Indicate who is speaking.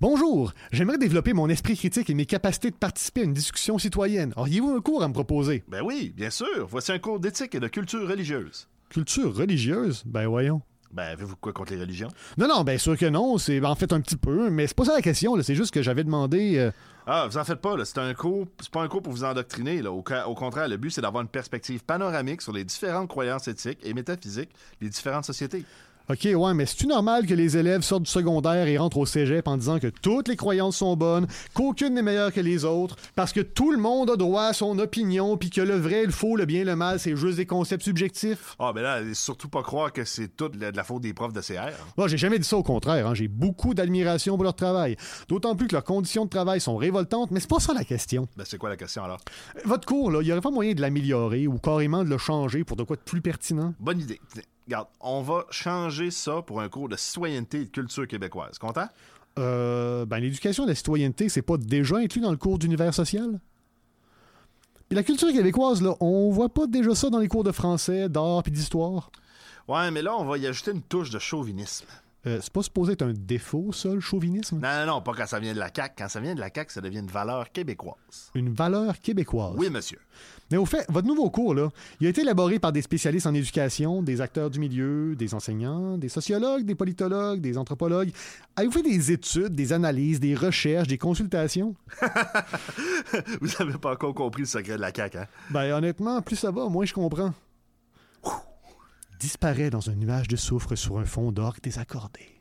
Speaker 1: Bonjour, j'aimerais développer mon esprit critique et mes capacités de participer à une discussion citoyenne. Auriez-vous un cours à me proposer?
Speaker 2: Ben oui, bien sûr. Voici un cours d'éthique et de culture religieuse.
Speaker 1: Culture religieuse? Ben voyons.
Speaker 2: Ben, avez-vous quoi contre les religions?
Speaker 1: Non, non, bien sûr que non, c'est en fait un petit peu, mais c'est pas ça la question, là, c'est juste que j'avais demandé... euh,
Speaker 2: Ah, vous en faites pas, là. C'est un cours, c'est pas un cours pour vous endoctriner, là. Au, ca- au contraire, le but, c'est d'avoir une perspective panoramique sur les différentes croyances éthiques et métaphysiques des différentes sociétés.
Speaker 1: OK, ouais, mais c'est-tu normal que les élèves sortent du secondaire et rentrent au cégep en disant que toutes les croyances sont bonnes, qu'aucune n'est meilleure que les autres, parce que tout le monde a droit à son opinion, puis que le vrai, le faux, le bien, le mal, c'est juste des concepts subjectifs?
Speaker 2: Ah, ben là, surtout pas croire que c'est toute la- de la faute des profs de hein. CR.
Speaker 1: Moi, j'ai jamais dit ça au contraire, hein. j'ai beaucoup d'admiration pour leur travail. D'autant plus que leurs conditions de travail sont révoltantes, mais c'est pas ça la question. Euh,
Speaker 2: Ben, c'est quoi la question, alors?
Speaker 1: Votre cours, là, il y aurait pas moyen de l'améliorer ou carrément de le changer pour de quoi de plus pertinent?
Speaker 2: Bonne idée. Regarde, on va changer ça pour un cours de citoyenneté et de culture québécoise. Content?
Speaker 1: Euh, ben, l'éducation à la citoyenneté, c'est pas déjà inclus dans le cours d'univers social? Puis la culture québécoise, là, on voit pas déjà ça dans les cours de français, d'art puis d'histoire?
Speaker 2: Ouais, mais là, on va y ajouter une touche de chauvinisme.
Speaker 1: Euh, c'est pas supposé être un défaut, ça, le chauvinisme?
Speaker 2: Non, non, non, pas quand ça vient de la CAQ. Quand ça vient de la CAQ, ça devient une valeur québécoise.
Speaker 1: Une valeur québécoise.
Speaker 2: Oui, monsieur.
Speaker 1: Mais au fait, votre nouveau cours, là, il a été élaboré par des spécialistes en éducation, des acteurs du milieu, des enseignants, des sociologues, des politologues, des anthropologues. Avez-vous fait des études, des analyses, des recherches, des consultations?
Speaker 2: Vous avez pas encore compris le secret de la CAQ, hein?
Speaker 1: Ben honnêtement, plus ça va, moins je comprends. Disparaît dans un nuage de soufre sur un fond d'orgue désaccordé.